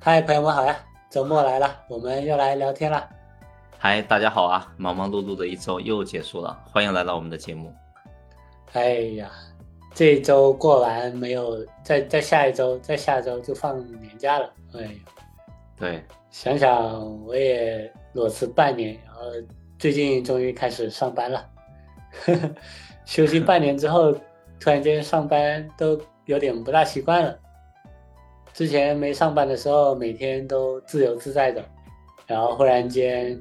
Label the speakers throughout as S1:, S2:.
S1: 嗨，朋友们好呀！周末来了，我们又来聊天了。
S2: 嗨，大家好啊！忙忙碌碌的一周又结束了，欢迎来到我们的节目。
S1: 哎呀，这一周过完没有？再再下一周，再下周就放年假了。哎呦，
S2: 对，
S1: 想想我也裸辞半年，然后最近终于开始上班了。 休息半年之后，突然间上班都有点不大习惯了。之前没上班的时候，每天都自由自在的，然后忽然间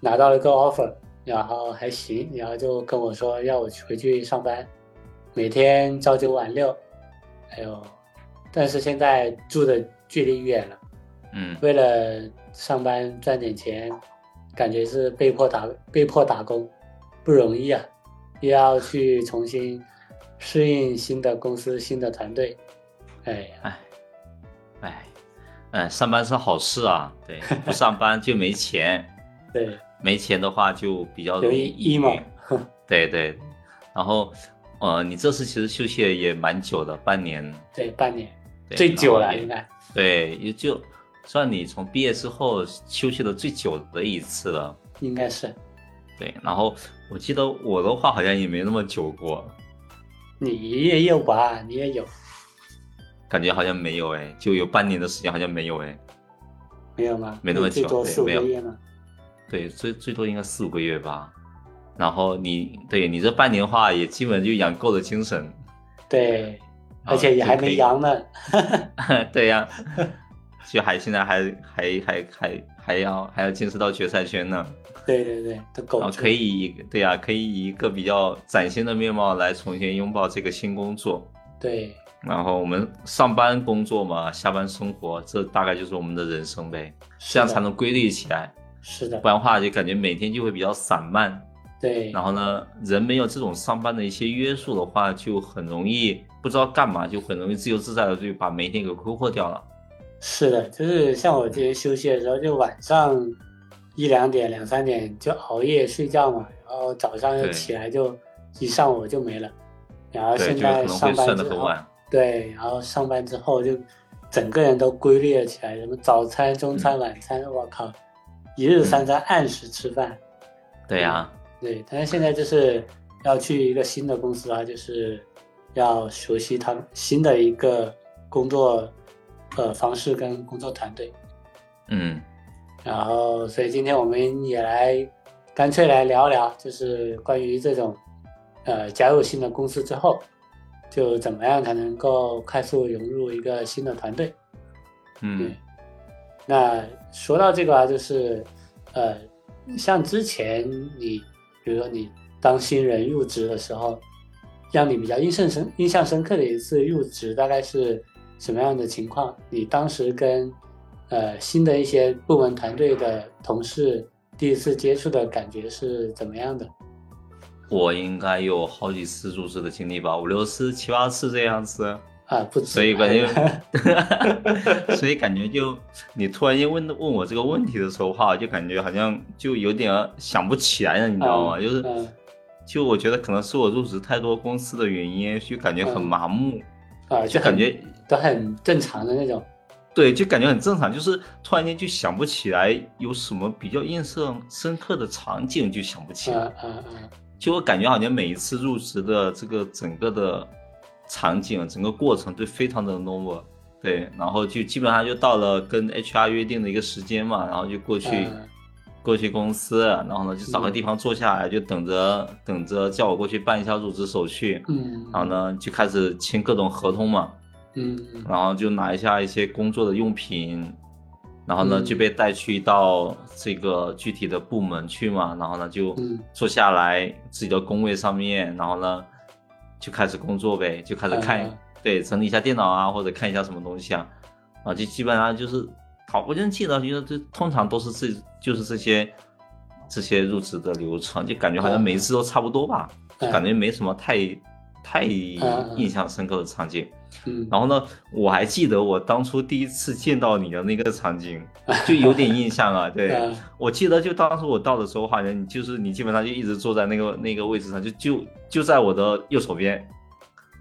S1: 拿到了个 offer，然后还行，然后就跟我说要我回去上班，每天朝九晚六。哎呦，但是现在住的距离远了，
S2: 嗯，
S1: 为了上班赚点钱，感觉是被迫打被迫打工，不容易啊，又要去重新适应新的公司、新的团队，哎呀。
S2: 哎，嗯，上班是好事啊， 对，不上班就没钱，
S1: 对，
S2: 没钱的话就比较
S1: 有
S2: 容易
S1: 一
S2: 抑
S1: emo，
S2: 郁。 对对，然后，呃，你这次其实休息了也蛮久的，半年，
S1: 对，半年
S2: 对
S1: 最久
S2: 然
S1: 了
S2: 后也
S1: 应该。
S2: 对，也就算你从毕业之后休息的最久的一次了。
S1: 应该是
S2: 对，然后我记得我的话好像也没那么久过，
S1: 你也有吧？你也有
S2: 感觉好像没有哎，就有半年的时间好像没有哎。
S1: 没有吗？
S2: 没那么
S1: 你最
S2: 久
S1: 多
S2: 对
S1: 四五
S2: 没
S1: 个
S2: 有
S1: 月吗？
S2: 对，最最多应该四五个月吧。然后你对你这半年的话，也基本就养够了精神，
S1: 对，而
S2: 啊
S1: 且也
S2: 就
S1: 还
S2: 可
S1: 没
S2: 以
S1: 阳呢。
S2: 对呀、就还现在还还还还还要还要坚持到决赛圈呢。
S1: 对对对，都苟
S2: 然后
S1: 住
S2: 啊可以以对呀、可以以一个比较崭新的面貌来重新拥抱这个新工作。
S1: 对
S2: 然后我们上班工作嘛，下班生活，这大概就是我们的人生呗，
S1: 是
S2: 这样
S1: 的
S2: 才能规律起来，
S1: 是的
S2: 不，然的话就感觉每天就会比较散漫。
S1: 对
S2: 然后呢，人没有这种上班的一些约束的话，就很容易不知道干嘛，就很容易自由自在的就把每天给挥霍掉了。
S1: 是的，就是像我之前休息的时候，就晚上一两点、两三点就熬夜睡觉嘛，然后早上又
S2: 对
S1: 起来就一上午就没了，然后
S2: 对，
S1: 现
S2: 就可
S1: 在
S2: 能
S1: 上
S2: 会
S1: 班
S2: 算
S1: 之
S2: 得很
S1: 后。
S2: 晚。
S1: 对，然后上班之后就整个人都规律了起来，什么早餐、中
S2: 嗯
S1: 餐、晚餐，我靠，一日三餐按时吃饭。
S2: 对呀、
S1: 对，但是现在就是要去一个新的公司的话，就是要熟悉他们新的一个工作呃方式跟工作团队。
S2: 嗯，
S1: 然后，所以今天我们也来干脆来聊聊，就是关于这种，呃，加入新的公司之后，就怎么样才能够快速融入一个新的团队。对
S2: 嗯，
S1: 那说到这个啊，就是，呃，像之前你，比如说你当新人入职的时候，让你比较印象深印象深刻的一次入职，大概是什么样的情况？你当时跟呃新的一些部门团队的同事第一次接触的感觉是怎么样的？
S2: 我应该有好几次入职的经历吧，五六次、七八次这样子。
S1: 啊，不止，
S2: 所以感 觉，所以感觉就你突然间问问我这个问题的时候哈，就感觉好像就有点想不起来了，你知道吗？
S1: 嗯
S2: 就是
S1: 嗯，
S2: 就我觉得可能是我入职太多公司的原因，就感觉很
S1: 嗯
S2: 麻木，
S1: 啊，
S2: 就
S1: 很
S2: 感觉
S1: 都很正常的那种，
S2: 对，就感觉很正常，就是突然间就想不起来有什么比较印象深刻的场景，就想不起
S1: 啊
S2: 来。
S1: 啊啊，
S2: 就我感觉好像每一次入职的这个整个的场景、整个过程都非常的 normal，对，然后就基本上就到了跟 HR 约定的一个时间嘛，然后就过去、
S1: 嗯
S2: 过去公司，然后呢就找个地方坐下来，就等着等着叫我过去办一下入职手续，
S1: 嗯，
S2: 然后呢就开始签各种合同嘛，
S1: 嗯，嗯，
S2: 然后就拿一下一些工作的用品，然后呢
S1: 嗯
S2: 就被带去到这个具体的部门去嘛，然后呢就
S1: 嗯
S2: 坐下来自己的工位上面，然后呢就开始工作呗，就开始看、
S1: 嗯
S2: 对整理一下电脑啊，或者看一下什么东西啊，啊就基本上就是好，我就记得就是这通常都是这就是这些这些入职的流程，就感觉好像
S1: 嗯
S2: 每一次都差不多吧，
S1: 嗯
S2: 感觉没什么太太
S1: 嗯
S2: 印象深刻的场景。
S1: 嗯，
S2: 然后呢，我还记得我当初第一次见到你的那个场景，就有点印 象啊。对，
S1: 嗯
S2: 我记得就当时我到的时候，好像你就是你基本上就一直坐在那个那个位置上，就就就在我的右手边。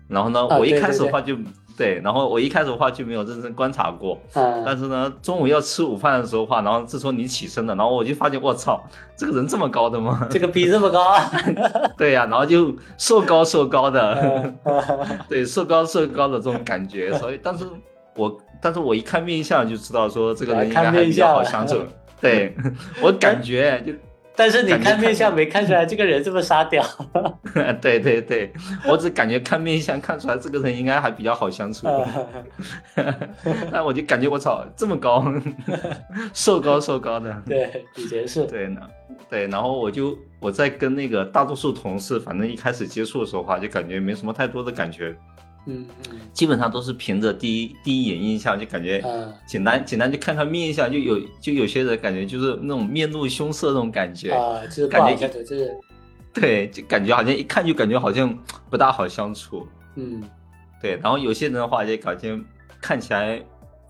S2: 然后呢，
S1: 啊
S2: 我一
S1: 对
S2: 开
S1: 对
S2: 始的
S1: 对
S2: 话就对，然后我一开始的话就没有认真观察过，
S1: 嗯
S2: 但是呢，中午要吃午饭的时候话，然后自从你起身了，然后我就发现，我操，这个人这么高的吗？
S1: 这个逼这么高啊，
S2: 对呀、然后就瘦高瘦高的，
S1: 嗯嗯
S2: 对，瘦高瘦高的这种感觉，所以，但是我，但是我一看面相就知道说这个人应该还比较好相处
S1: 看面，啊
S2: 对我感觉就
S1: 但是你
S2: 感觉
S1: 看面
S2: 看
S1: 相没看出来这个人这么沙雕，
S2: 对对对，我只感觉看面相看出来这个人应该还比较好相处，
S1: 嗯
S2: 那我就感觉我操这么高， 瘦高瘦高的，
S1: 对，以前是，
S2: 对呢，对，然后我就我在跟那个大多数同事，反正一开始接触的时候话，就感觉没什么太多的感觉，
S1: 嗯嗯
S2: 基本上都是凭着第一第一眼印象就感觉。
S1: 嗯
S2: 简单简单就看看面相，就有就有些人感觉就是那种面露凶色那种感觉，
S1: 啊，就是不
S2: 感觉
S1: 好
S2: 一
S1: 相处，就是
S2: 对，就感觉好像一看就感觉好像不大好相处。
S1: 嗯
S2: 对，然后有些人的话也感觉看起来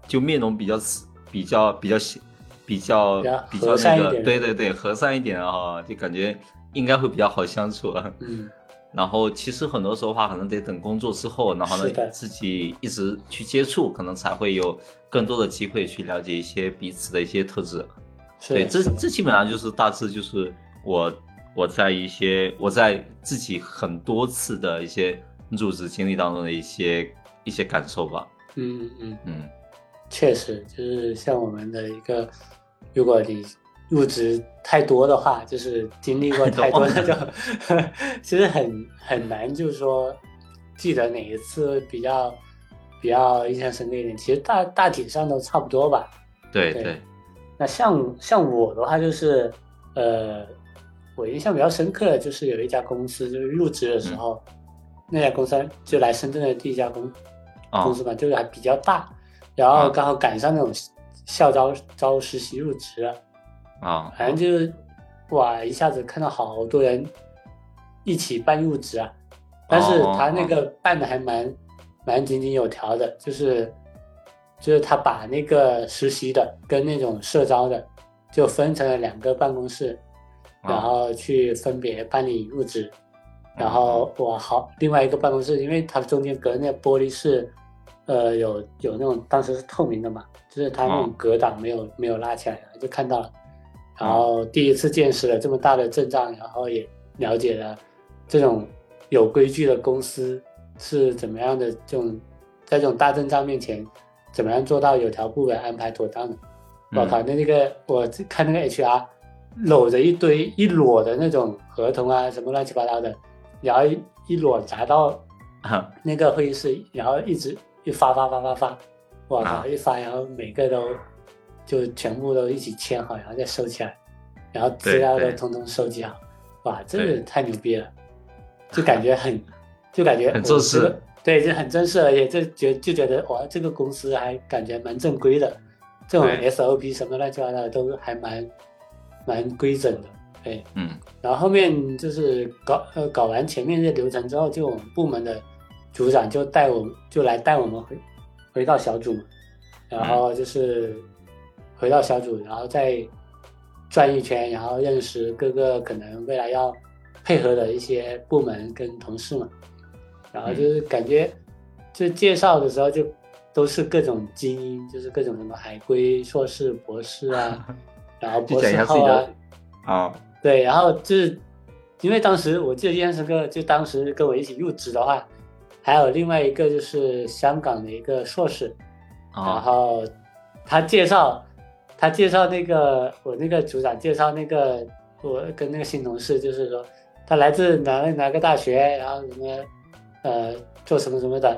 S2: 就面容比较死比较比较喜比较
S1: 比
S2: 比
S1: 较和
S2: 较
S1: 善
S2: 那
S1: 一
S2: 个，
S1: 点
S2: 对对对，和善一点啊，就感觉应该会比较好相处啊。
S1: 嗯
S2: 然后其实很多时候话，可能得等工作之后，然后
S1: 是的
S2: 呢自己一直去接触，可能才会有更多的机会去了解一些彼此的一些特质。
S1: 是
S2: 对，这这基本上就是大致就是我我在一些我在自己很多次的一些入职经历当中的一些一些感受吧。
S1: 嗯嗯。
S2: 嗯，
S1: 确实，就是像我们的一个，如果你入职太多的话，就是经历过太多那种， 其实很很难，就是说记得哪一次比较比较印象深刻一点。其实大大体上都差不多吧。
S2: 对
S1: 对
S2: 对，
S1: 那像像我的话，就是呃，我印象比较深刻的就是有一家公司，就是入职的时候，那家公司就来深圳的第一家公
S2: 啊
S1: 公司嘛，就是还比较大，然后
S2: 啊
S1: 刚好赶上那种校招招实习入职了，
S2: 啊
S1: 反正就是哇，一下子看到好多人一起办入职啊，但是
S2: 哦哦
S1: 他那个办的还蛮蛮井井有条的，就是就是他把那个实习的跟那种社招的就分成了两个办公室，然
S2: 啊嗯
S1: 后去分别办理入职。然后我好另外一个办公室，因为它中间隔的那个玻璃是，呃，有有那种当时是透明的嘛，就是它那种
S2: 哦
S1: 隔挡没有、没有拉起来，就看到了。然后第一次见识了这么大的阵仗，然后也了解了这种有规矩的公司是怎么样的这种，在这种大阵仗面前，怎么样做到有条不紊、安排妥当的。我
S2: 嗯
S1: 靠，那那个我看那个 HR 搂着一堆一摞的那种合同啊，什么乱七八糟的，然后一一摞砸到
S2: 啊
S1: 那个会议室，然后一直一发发发发发，我靠，
S2: 啊
S1: 一发，然后每个都就全部都一起签好，然后再收起来，然后资
S2: 对
S1: 料都
S2: 对
S1: 通通收集好，哇，这
S2: 对
S1: 个太牛逼了，就感觉 很，就感觉
S2: 很正式
S1: 我这个对，就很正式，而且这觉就觉得哇，这个公司还感觉蛮正规的，这种
S2: 对
S1: SOP 什么乱七八糟的都还蛮蛮规整的，对。
S2: 嗯
S1: 然后后面就是搞呃搞完前面这流程之后，就我们部门的组长就带我们就来带我们回回到小组嘛，然后就是回到小组，然后再转一圈，然后认识各个可能未来要配合的一些部门跟同事嘛，然后就是感觉就介绍的时候就都是各种精英，就是各种什么海归、硕士、博士啊，然后博
S2: 就讲一
S1: 士
S2: 下自
S1: 后
S2: 己
S1: 啊
S2: 的。啊
S1: 对，然后就是因为当时我记得印象深刻，就当时跟我一起入职的话，还有另外一个就是香港的一个硕士，然
S2: 啊
S1: 后他介绍他介绍那个我那个组长介绍那个我跟那个新同事，就是说他来自哪哪个大学，然后什么呃做什么什么的，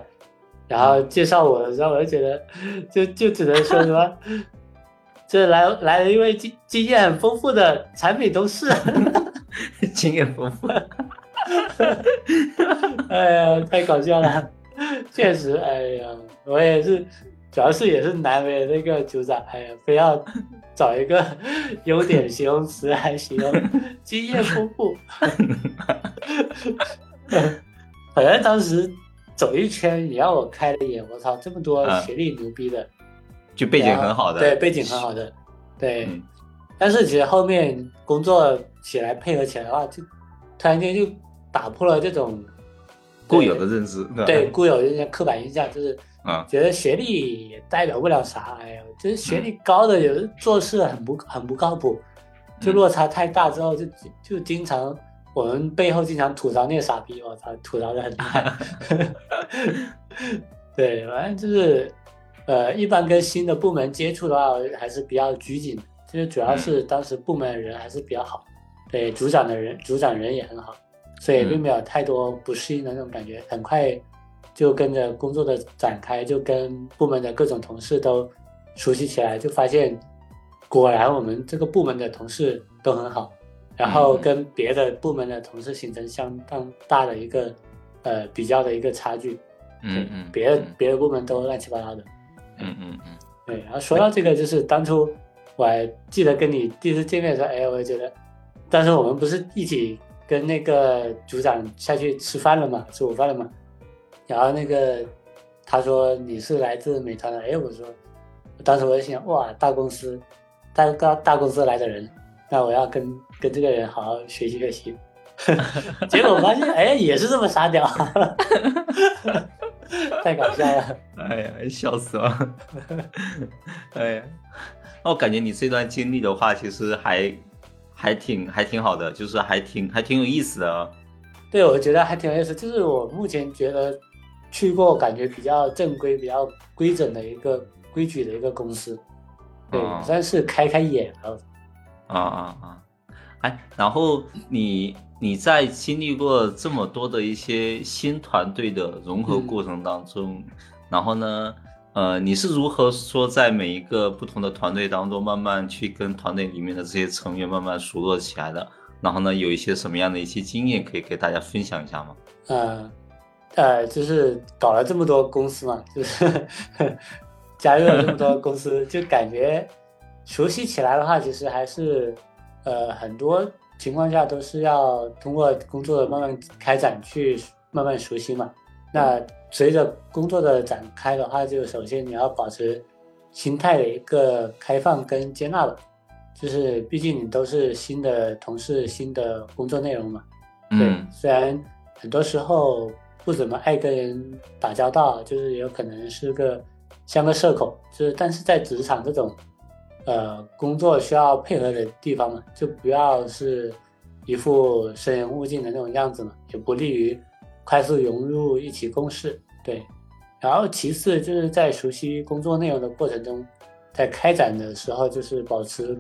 S1: 然后介绍我的时候，我就觉得就就只能说什么。 这来来了一位经经验很丰富的产品同事，
S2: 经验丰富，
S1: 哎呀，太搞笑了， 确实，哎呀，我也是，主要是也是难为那个组长，哎呀，非要找一个 优点形容词来形容经验丰富。 反正当时走一圈，也让我开了眼，我操，这么多
S2: 嗯
S1: 学历牛逼的，
S2: 就背景
S1: 然后
S2: 很好的，
S1: 对，背景很好的，对。
S2: 嗯，
S1: 但是其实后面工作起来配合起来的话，就突然间就打破了这种
S2: 固有的认知，嗯
S1: 对固有的一些刻板印象，就是
S2: 啊，
S1: 觉得学历也代表不了啥，哎呀，就是学历高的有时做事很不很不靠谱，就
S2: 嗯
S1: 落差太大之后就就经常我们背后经常吐槽那个傻逼，我操，吐槽的很厉害。对，反正就是呃，一般跟新的部门接触的话，我还是比较拘谨的，就是主要是当时部门的人还是比较好，对，组长的人组长人也很好，所以
S2: 嗯
S1: 并没有太多不适应的那种感觉，很快就跟着工作的展开，就跟部门的各种同事都熟悉起来，就发现果然我们这个部门的同事都很好，然后
S2: 嗯
S1: 跟别的部门的同事形成相当大的一个呃比较的一个差距，
S2: 嗯嗯，
S1: 别的
S2: 嗯
S1: 别的部门都乱七八糟的。
S2: 嗯嗯嗯，
S1: 对，然后说到这个，就是当初我还记得跟你第一次见面的时候，哎，我就觉得，当时我们不是一起跟那个组长下去吃饭了嘛，吃午饭了嘛，然后那个他说你是来自美团的，哎，我说，当时我就心想，哇，大公司，大大大公司来的人，那我要跟跟这个人好好学习学习。 结果发现，哎，也是这么傻屌， 太搞笑了。
S2: 哎呀，笑死了， 哎呀，那我感觉你这段经历的话，其实还还挺还挺好的，就是还挺还挺有意思的啊。
S1: 对，我觉得还挺有意思。就是我目前觉得去过感觉比较正规、比较规整的一个规矩的一个公司，对，
S2: 哦
S1: 算是开开眼了。
S2: 啊啊啊！哎，然后你你在经历过这么多的一些新团队的融合
S1: 嗯
S2: 过程当中，然后呢，呃，你是如何说在每一个不同的团队当中，慢慢去跟团队里面的这些成员慢慢熟络起来的？然后呢，有一些什么样的一些经验可以给大家分享一下吗？
S1: 呃，呃，就是搞了这么多公司嘛，就是 加入了这么多公司，就感觉熟悉起来的话，其实还是呃很多情况下都是要通过工作的慢慢开展去慢慢熟悉嘛。那随着工作的展开的话，就首先你要保持心态的一个开放跟接纳吧，就是毕竟你都是新的同事、新的工作内容嘛。对
S2: 嗯，
S1: 虽然很多时候不怎么爱跟人打交道，就是也有可能是个像个社恐，就是但是在职场这种呃工作需要配合的地方嘛，就不要是一副生人勿近的那种样子嘛，也不利于快速融入一起共事。对，然后其次就是在熟悉工作内容的过程中，在开展的时候就是保持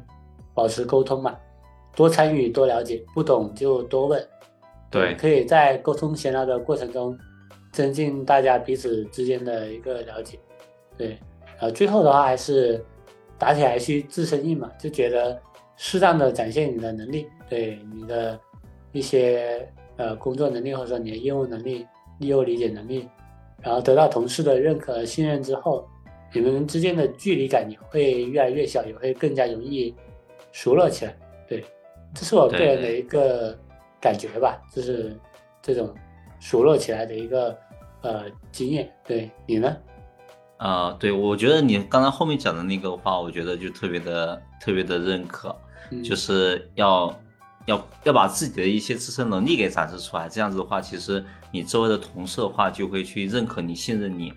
S1: 保持沟通嘛，多参与多了解，不懂就多问。
S2: 对
S1: 可以在沟通闲聊的过程中，增进大家彼此之间的一个了解。对，然后最后的话还是打铁还需自身硬嘛，就觉得适当的展现你的能力，对你的一些呃工作能力或者说你的业务能力、业务理解能力，然后得到同事的认可和信任之后，你们之间的距离感也会越来越小，也会更加容易熟络起来。对，这是我个人的一个感觉吧，就是这种熟络起来的一个呃经验。对你呢？
S2: 啊、对，我觉得你刚才后面讲的那个话，我觉得就特别的特别的认可。
S1: 嗯
S2: 就是要要要把自己的一些自身能力给展示出来。这样子的话，其实你周围的同事的话就会去认可你、信任你。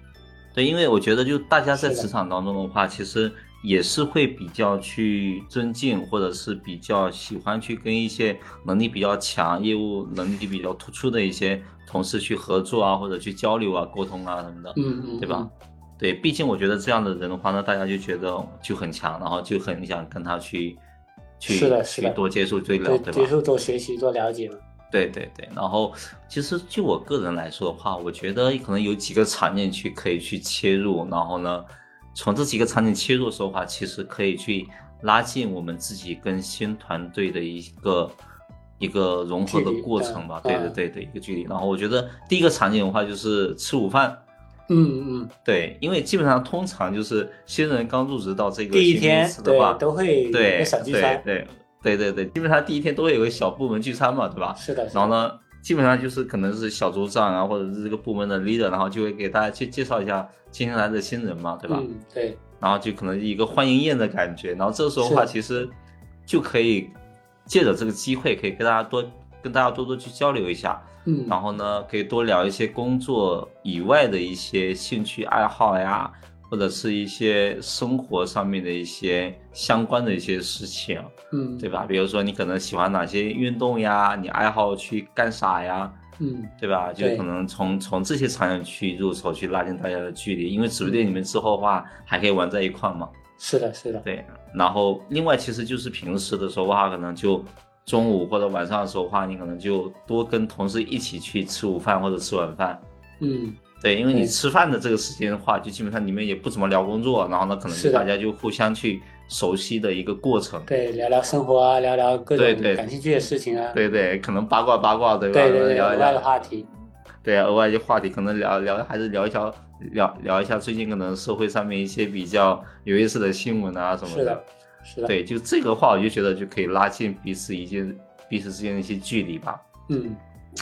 S2: 对，因为我觉得就大家在
S1: 是的
S2: 职场当中的话，其实也是会比较去尊敬，或者是比较喜欢去跟一些能力比较强、业务能力比较突出的一些同事去合作啊，或者去交流啊、沟通啊什么的。
S1: 嗯嗯，
S2: 对吧？对，毕竟我觉得这样的人的话呢，大家就觉得就很强，然后就很想跟他去去
S1: 是的是的
S2: 去多接触、多
S1: 嗯？
S2: 聊，
S1: 对，
S2: 对
S1: 接
S2: 吧？
S1: 触多学习多了解嘛。
S2: 对对对。然后，其实就我个人来说的话，我觉得可能有几个场景去可以去切入，然后呢，从这几个场景切入的时候的话，其实可以去拉近我们自己跟新团队的一个一个融合的
S1: 距离
S2: 过程吧。
S1: 嗯
S2: 对对对对，一个距离。然后我觉得第一个场景的话就是吃午饭。
S1: 嗯嗯，
S2: 对，因为基本上通常就是新人刚入职到这个
S1: 第一
S2: 新
S1: 天
S2: 公司的话
S1: 对，都会有一
S2: 对
S1: 个小聚
S2: 对
S1: 餐，
S2: 对对对对，基本上第一天都会有个小部门聚餐嘛，对吧？
S1: 是的，是
S2: 然后
S1: 的，
S2: 呢，基本上就是可能是小组长啊，或者是这个部门的 leader，然后就会给大家去介绍一下今天来的新人嘛，对吧？
S1: 嗯对，
S2: 然后就可能一个欢迎宴的感觉。然后这时候的
S1: 是
S2: 话，
S1: 的
S2: 其实就可以借着这个机会，可以跟大家多跟大家多多去交流一下，
S1: 嗯，
S2: 然后呢，可以多聊一些工作以外的一些兴趣爱好呀，或者是一些生活上面的一些相关的一些事情，
S1: 嗯，
S2: 对吧？比如说你可能喜欢哪些运动呀，你爱好去干啥呀，
S1: 嗯，
S2: 对吧？就
S1: 对
S2: 可能从从这些场景去入手，去拉近大家的距离，因为指不定你们之后的话还可以玩在一块儿嘛。
S1: 是的，是的，
S2: 对，然后另外其实就是平时的时候的话，可能就中午或者晚上的时候的话，你可能就多跟同事一起去吃午饭或者吃晚饭。
S1: 嗯，
S2: 对，因为你
S1: 对
S2: 吃饭的这个时间的话，就基本上你们也不怎么聊工作，然后呢，可能
S1: 是
S2: 就
S1: 的
S2: 大家就互相去熟悉的一个过程。
S1: 对，聊聊生活啊，聊聊各
S2: 对
S1: 种
S2: 对
S1: 感兴趣的事情啊，
S2: 对对，可能八卦八卦，对吧？
S1: 对对对，
S2: 聊一
S1: 额外的
S2: 聊，
S1: 话题，
S2: 对啊，额外一些话题，可能聊聊还是聊一下聊聊一下最近可能社会上面一些比较有意思的新闻啊什么
S1: 是的，是的，
S2: 对，就这个话，我就觉得就可以拉近彼此一些彼此之间的一些距离吧。
S1: 嗯，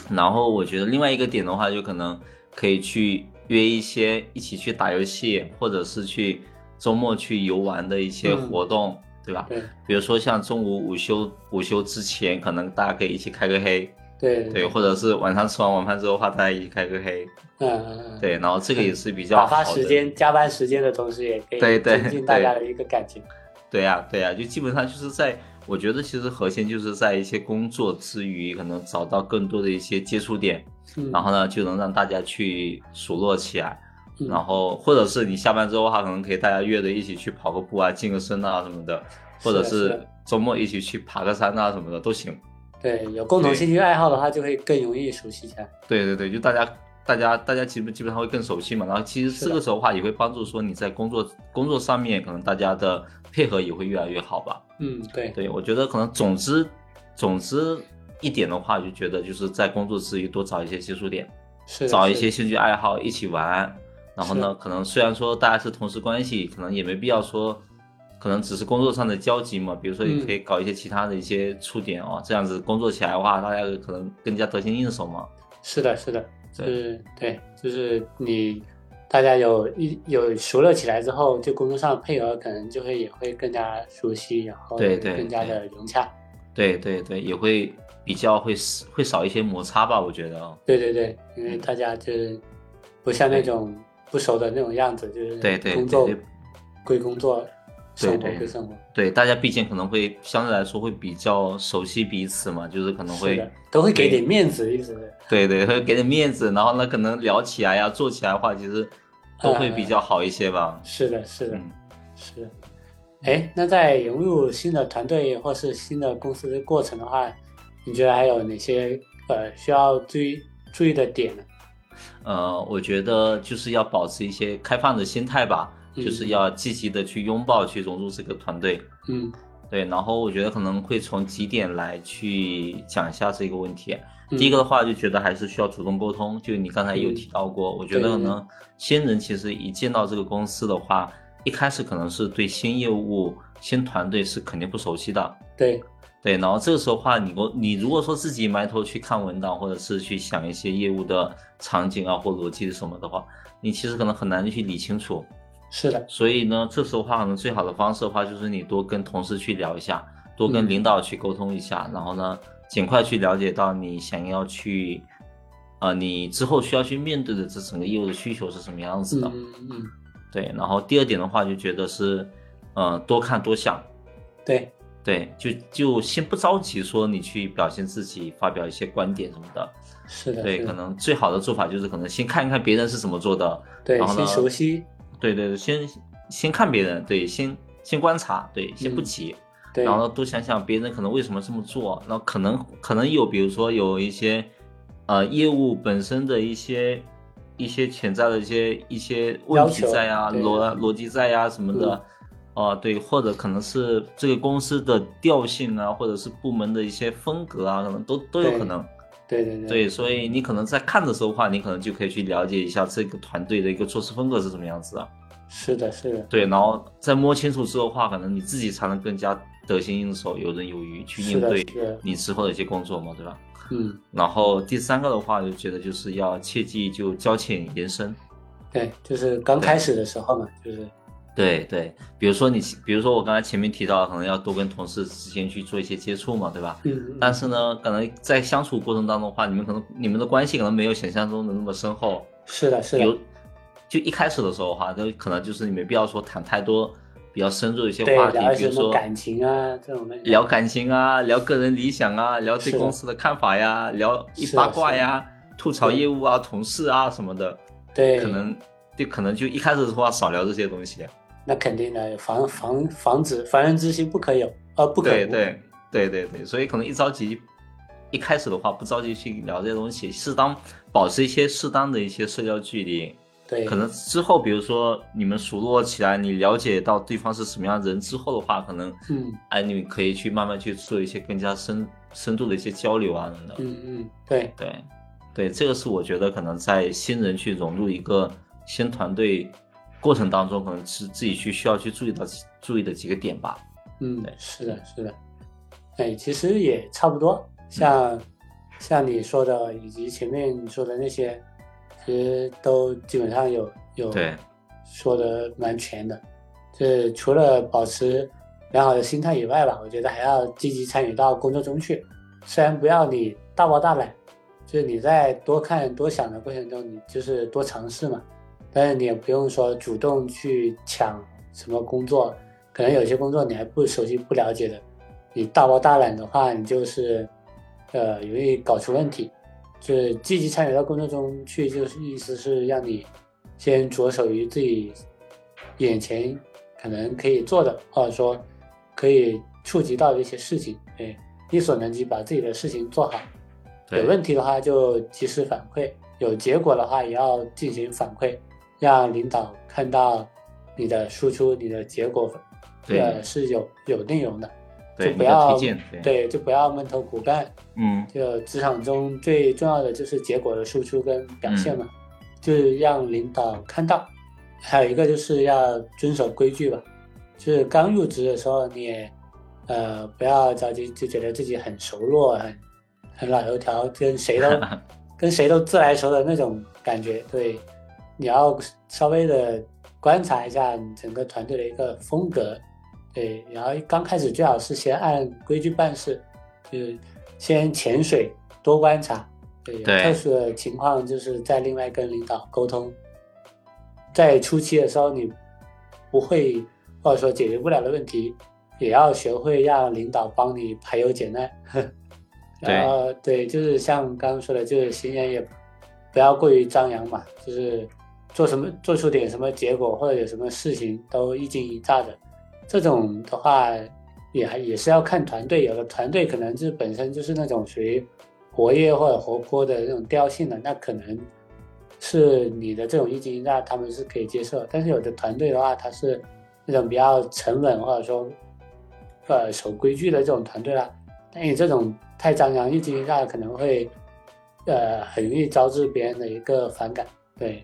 S2: 然后我觉得另外一个点的话，就可能可以去约一些一起去打游戏，或者是去周末去游玩的一些
S1: 嗯
S2: 活动，对吧？
S1: 对
S2: 比如说像中午午休午休之前，可能大家可以一起开个黑，
S1: 对
S2: 对，，或者是晚上吃完晚饭之后的话，大家一起开个黑，
S1: 嗯嗯嗯，
S2: 对，然后这个也是比较
S1: 打
S2: 好
S1: 发
S2: 的。
S1: 时间、加班时间的同时，也可
S2: 对
S1: 以
S2: 对
S1: 增进大
S2: 对
S1: 家的一个感情，
S2: 对呀、对呀、就基本上就是在，我觉得其实核心就是在一些工作之余，可能找到更多的一些接触点，
S1: 嗯，
S2: 然后呢，就能让大家去熟络起来。
S1: 嗯
S2: 然后或者是你下班之后的话，可能可以大家约着一起去跑个步啊、健个身啊什么的，或者
S1: 是的是啊
S2: 是
S1: 的
S2: 周末一起去爬个山啊什么的都行。
S1: 对，有共同
S2: 对
S1: 兴趣爱好的话，就会更容易熟悉起来。
S2: 对对对，就大家。大家大家基本基本上会更熟悉嘛，然后其实
S1: 是
S2: 这
S1: 的
S2: 个时候的话也会帮助说你在工作工作上面可能大家的配合也会越来越好吧。
S1: 嗯，对，
S2: 对，我觉得可能总之，总之一点的话，就觉得就是在工作之余多找一些接触点，
S1: 是的
S2: 找一
S1: 是
S2: 些
S1: 的
S2: 兴趣爱好一起玩。然后呢，可能虽然说大家是同事关系，可能也没必要说，可能只是工作上的交集嘛。比如说，也
S1: 嗯
S2: 可以搞一些其他的一些触点哦，这样子工作起来的话，大家可能更加得心应手嘛。
S1: 是的，是的，就
S2: 对
S1: 是对，就是你大家有一有熟了起来之后，就工作上配合可能就会也会更加熟悉，然后
S2: 对对
S1: 更加
S2: 对
S1: 的融洽。
S2: 对对对，也会比较会会少一些摩擦吧，我觉得哦。
S1: 对对对，因为大家就是不像那种不熟的那种样子，就是
S2: 对对
S1: 工作
S2: 对对
S1: 归工作，
S2: 对
S1: 生活
S2: 对
S1: 归生活，
S2: 对，大家毕竟可能会相对来说会比较熟悉彼此嘛，就是可能
S1: 是
S2: 会
S1: 的，都会给
S2: 对
S1: 点面子，意思是。
S2: 对对，会给点面子，然后呢，可能聊起来呀、做起来的话，其
S1: 嗯
S2: 实都会比较好一些吧。
S1: 是的，是的，
S2: 嗯，
S1: 是的。哎，那在融入新的团队或是新的公司的过程的话，你觉得还有哪些呃需要注意注意的点呢？
S2: 呃，我觉得就是要保持一些开放的心态吧，就是
S1: 嗯
S2: 要积极的去拥抱、去融入这个团队。
S1: 嗯
S2: 对，然后我觉得可能会从几点来去讲一下这个问题。
S1: 嗯
S2: 第一个的话，就觉得还是需要主动沟通，就你刚才有提到过，我觉得
S1: 对
S2: 可能新人其实一进到这个公司的话，一开始可能是对新业务、新团队是肯定不熟悉的。
S1: 对，
S2: 对，然后这个时候的话，你我你如果说自己埋头去看文档，或者是去想一些业务的场景啊或逻辑是什么的话，你其实可能很难去理清楚。
S1: 是的，
S2: 所以呢，这时候的话，可能最好的方式的话，就是你多跟同事去聊一下，多跟
S1: 嗯
S2: 领导去沟通一下，然后呢，尽快去了解到你想要去，啊、你之后需要去面对的这整个业务的需求是什么样子
S1: 嗯
S2: 的。
S1: 嗯嗯，
S2: 对，然后第二点的话，就觉得是，呃，多看多想。
S1: 对，
S2: 对，就就先不着急说你去表现自己，发表一些观点什么的。
S1: 是的，
S2: 对，
S1: 是的
S2: 可能最好的做法就是可能先看一看别人是怎么做的，
S1: 对
S2: 然后呢
S1: 先熟悉，
S2: 对对，对先先看别人，对，先先观察，对，先不
S1: 嗯
S2: 急，
S1: 对，
S2: 然后多想想别人可能为什么这么做，然后可能可能有，比如说有一些呃业务本身的一些一些潜在的一些一些问
S1: 要
S2: 题
S1: 求
S2: 在呀、
S1: 对
S2: 逻逻辑在呀、啊什么的
S1: 嗯，
S2: 哦、对，或者可能是这个公司的调性啊，或者是部门的一些风格啊，可能都都有
S1: 对
S2: 可能。
S1: 对对对，
S2: 对，所以你可能在看的时候的话，你可能就可以去了解一下这个团队的一个做事风格是什么样子的。啊
S1: 是的，是的，
S2: 对，然后再摸清楚之后的话，可能你自己才能更加得心应手、游刃有余去应
S1: 是的，
S2: 对
S1: 是的，
S2: 你之后的一些工作嘛，对吧？
S1: 嗯，
S2: 然后第三个的话，就觉得就是要切记就交浅言深，
S1: 对，就是刚开始的时候嘛，就是
S2: 对对，比如说你，比如说我刚才前面提到，可能要多跟同事之间去做一些接触嘛，对吧？
S1: 嗯，
S2: 但是呢，可能在相处过程当中的话，你们可能你们的关系可能没有想象中的那么深厚。
S1: 是的，是的，
S2: 有，就一开始的时候哈，就可能就是你没必要说谈太多比较深入的一些
S1: 对，
S2: 话题
S1: 聊，一
S2: 比
S1: 些
S2: 如
S1: 什么
S2: 说
S1: 感情啊这种的，
S2: 聊感情啊，聊个人理想啊，聊
S1: 是
S2: 对
S1: 的
S2: 公司的看法呀，聊一
S1: 是的
S2: 八卦呀，吐槽业务啊、同事啊什么的，
S1: 对，
S2: 可能就可能就一开始的话少聊这些东西。
S1: 那肯定的，防防防止防人之心不可有，呃，不可
S2: 对
S1: 无，
S2: 对对对对，所以可能一着急，一开始的话不着急去聊这些东西，适当保持一些适当的一些社交距离。
S1: 对，
S2: 可能之后，比如说你们熟络起来，你了解到对方是什么样的人之后的话，可能，
S1: 嗯
S2: 哎，你可以去慢慢去做一些更加深深度的一些交流啊等等。
S1: 嗯嗯，对，
S2: 对，对，这个是我觉得可能在新人去融入一个新团队过程当中，可能是自己去需要去注意到注意的几个点吧。
S1: 嗯
S2: 对，
S1: 是的，是的，哎，其实也差不多，像、
S2: 嗯
S1: 像你说的以及前面你说的那些，其实都基本上有有
S2: 对，
S1: 说的蛮全的，就是除了保持良好的心态以外吧，我觉得还要积极参与到工作中去。虽然不要你大包大揽，就是你在多看多想的过程中，你就是多尝试嘛。但是你也不用说主动去抢什么工作，可能有些工作你还不熟悉、不了解的，你大包大揽的话，你就是呃容易搞出问题。就是积极参与到工作中去，就是意思是让你先着手于自己眼前可能可以做的，或者说可以触及到的一些事情，对，力所能及把自己的事情做好。
S2: 对
S1: 有问题的话就及时反馈，有结果的话也要进行反馈，让领导看到你的输出、你的结果，
S2: 对
S1: 呃，是有有内容的，
S2: 对，
S1: 就
S2: 你
S1: 不
S2: 的
S1: 要
S2: 推荐，对，
S1: 对，就不要闷头苦干，
S2: 嗯，
S1: 就职场中最重要的就是结果的输出跟表现嘛，就是让领导看到。还有一个就是要遵守规矩吧，就是刚入职的时候你也，呃，不要着急就觉得自己很熟络、很很老油条，跟谁都跟谁都自来熟的那种感觉。对，你要稍微的观察一下你整个团队的一个风格，对，然后刚开始最好是先按规矩办事，就是先潜水多观察，对，有
S2: 对
S1: 特殊的情况就是再另外跟领导沟通。在初期的时候，你不会或者说解决不了的问题，也要学会让领导帮你排忧解难。然后对，就是像刚刚说的，就是新人也不要过于张扬嘛，就是做什么做出点什么结果或者有什么事情都一惊一乍的，这种的话也还也是要看团队，有的团队可能就是本身就是那种属于活跃或者活泼的那种调性的，那可能是你的这种一惊一乍他们是可以接受，但是有的团队的话，他是那种比较沉稳或者说呃守规矩的这种团队啊啦，但你这种太张扬一惊一乍可能会呃很容易招致别人的一个反感，对。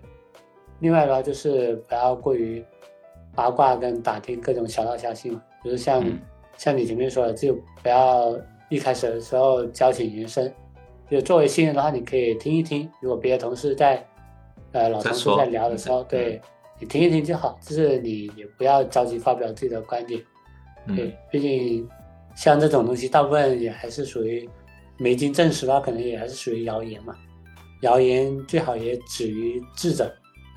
S1: 另外的话就是不要过于八卦跟打听各种小道消息嘛，比如像、
S2: 嗯
S1: 像你前面说的，就不要一开始的时候交情延伸。就作为新人的话，你可以听一听，如果别的同事在呃老
S2: 在
S1: 同事
S2: 说
S1: 在聊的时候，
S2: 嗯
S1: 对你听一听就好，就是你也不要着急发表自己的观点，
S2: 嗯
S1: 对，，毕竟像这种东西，大部分也还是属于没经证实的话，可能也还是属于谣言嘛。谣言最好也止于智者，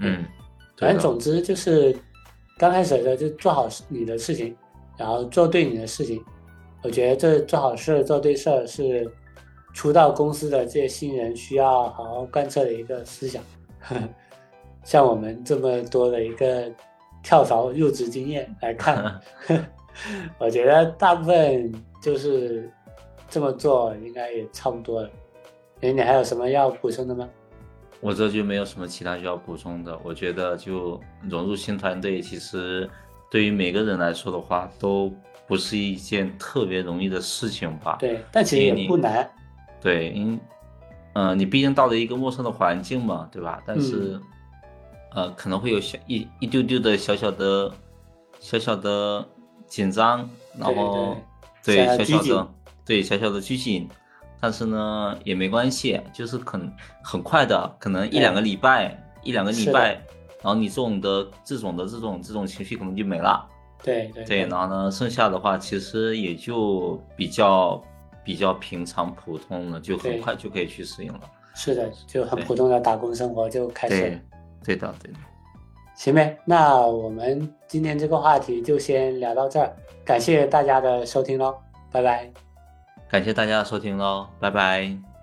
S2: 嗯，
S1: 反
S2: 对
S1: 正
S2: 的
S1: 总之就是刚开始的时候就做好你的事情，然后做对你的事情。我觉得这做好事儿、做对事儿是初到公司的这些新人需要好好贯彻的一个思想。 像我们这么多的一个跳槽入职经验来 看，我觉得大部分就是这么做应该也差不多了。哎，你还有什么要补充的吗？
S2: 我这就没有什么其他需要补充的。我觉得就融入新团队，其实对于每个人来说的话，都不是一件特别容易的事情吧。
S1: 对，但其实也
S2: 你你
S1: 不难。
S2: 对，因嗯、你毕竟到了一个陌生的环境嘛，对吧？但是、呃，可能会有小一一丢丢的小小的小小的紧张，然后
S1: 对对小
S2: 对小
S1: 小
S2: 小的对小小的拘谨，但是呢也没关系，就是很很快的，可能一两个礼拜，一两个礼
S1: 是的
S2: 拜。然后你这种的这种的这种这种情绪可能就没了。
S1: 对对
S2: 对，然后呢，剩下的话其实也就比较比较平常普通了，就很
S1: 对
S2: 快就可以去适应了。
S1: 是的，就很
S2: 对
S1: 普通的打工生活就开始了
S2: 对。，对的，对的。
S1: 行呗，那我们今天这个话题就先聊到这儿，感谢大家的收听喽，拜拜。
S2: 感谢大家的收听喽，拜拜。